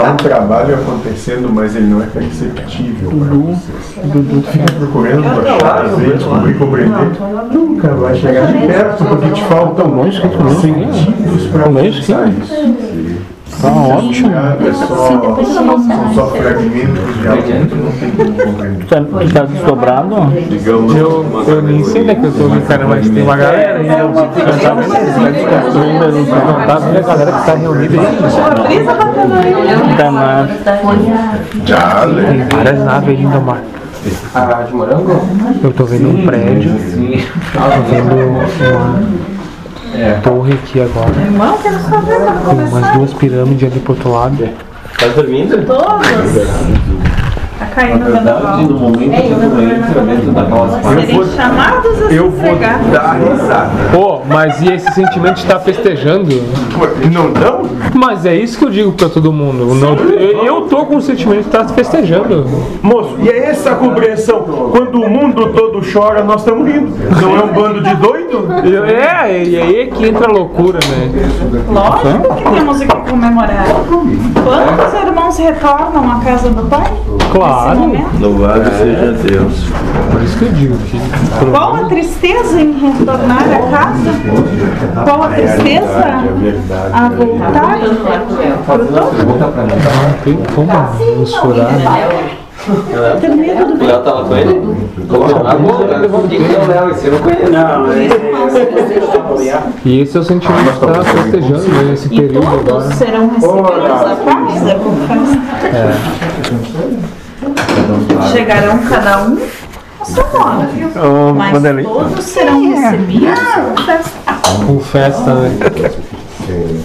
um trabalho acontecendo, mas ele não é perceptível para vocês. Dudu Fica procurando achar e descobrir, compreender. Nunca vai chegar de perto porque te faltam muitos sentidos para pensar isso. Tá ótimo. É só, são só fragmentos de algo que não tem como compreender. tá, tu tá desdobrado? Digamos, Eu, eu nem sei onde é que eu tô, viu, cara, mas tem uma galera aí. né, uma- Eu tava ainda não tava vendo a galera que tá reunida aí. Brisa batendo aí. Tá na Já, Tem né? várias naves ainda, mano. a de morango? Eu tô vendo um prédio, Sim. tô vendo uma É. torre aqui agora. Irmão, quero saber quando Tem umas começar. duas pirâmides ali pro outro lado. Tá dormindo? Todos. Tá caindo Na o verdade, no vendaval. momento que eu entro dentro daquelas partes, Serem chamados a se Eu vou entregar. dar risada. Pô, mas e esse sentimento de estar festejando? Ué, Não dão? Mas é isso que eu digo pra todo mundo. Não, eu, eu tô com o sentimento de estar festejando. Moço, e é essa a compreensão? Quando o mundo todo chora, nós estamos rindo. Não é um bando de doido? Eu- é, e aí é que entra a loucura, né? Lógico que temos o que comemorar. Quantos irmãos retornam à casa do pai? Nesse Claro. momento? Louvado seja Deus. Por isso que eu digo que pelo Qual a tristeza em retornar à casa? Qual É a tristeza a voltar? Pergunta pra mim. não tem como mensurar. né? Ter medo do O Léo tava com ele? Colocou na boca, levou um dia que é o Léo, esse eu não conheço. Não, E esse é o sentimento de estar festejando né, nesse E período agora. todos serão recebidos à casa com festa. Chegarão cada um ao seu modo. Mas todos serão recebidos. Com festa, né?